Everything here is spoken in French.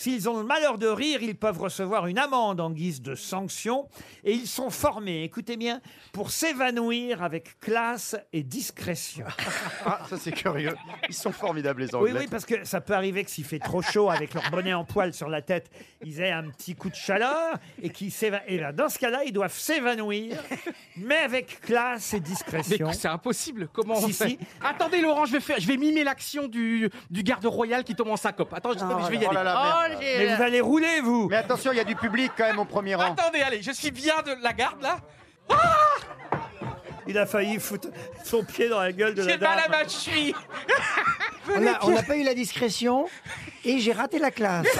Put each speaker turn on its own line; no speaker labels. S'ils ont le malheur de rire, ils peuvent recevoir une amende en guise de sanction. Et ils sont formés, écoutez bien, pour s'évanouir avec classe et discrétion.
Ah, ça c'est curieux. Ils sont formidables les
Oui,
Anglais.
oui, parce que ça peut arriver que s'il fait trop chaud avec leur bonnet en poil sur la tête, ils aient un petit coup de chaleur et qu'ils s'éva- et là, dans ce cas-là, ils doivent s'évanouir, mais avec classe et
Mais
discrétion.
c'est impossible. Comment on
Si,
fait
si.
Attendez, Laurent, je vais faire, je vais mimer l'action du, du garde royal qui tombe en syncope. Attends, je,
Ah,
attendez, je vais y
oh
aller.
là là, merde.
j'ai-
Mais vous allez rouler, vous
Mais attention, il y a du public quand même au premier rang.
Attendez, allez, je suis bien de la garde là.
Il a failli foutre son pied dans la gueule de la
J'ai
dame.
mal à ma cheville.
On a- on n'a pas eu la discrétion et j'ai raté la classe.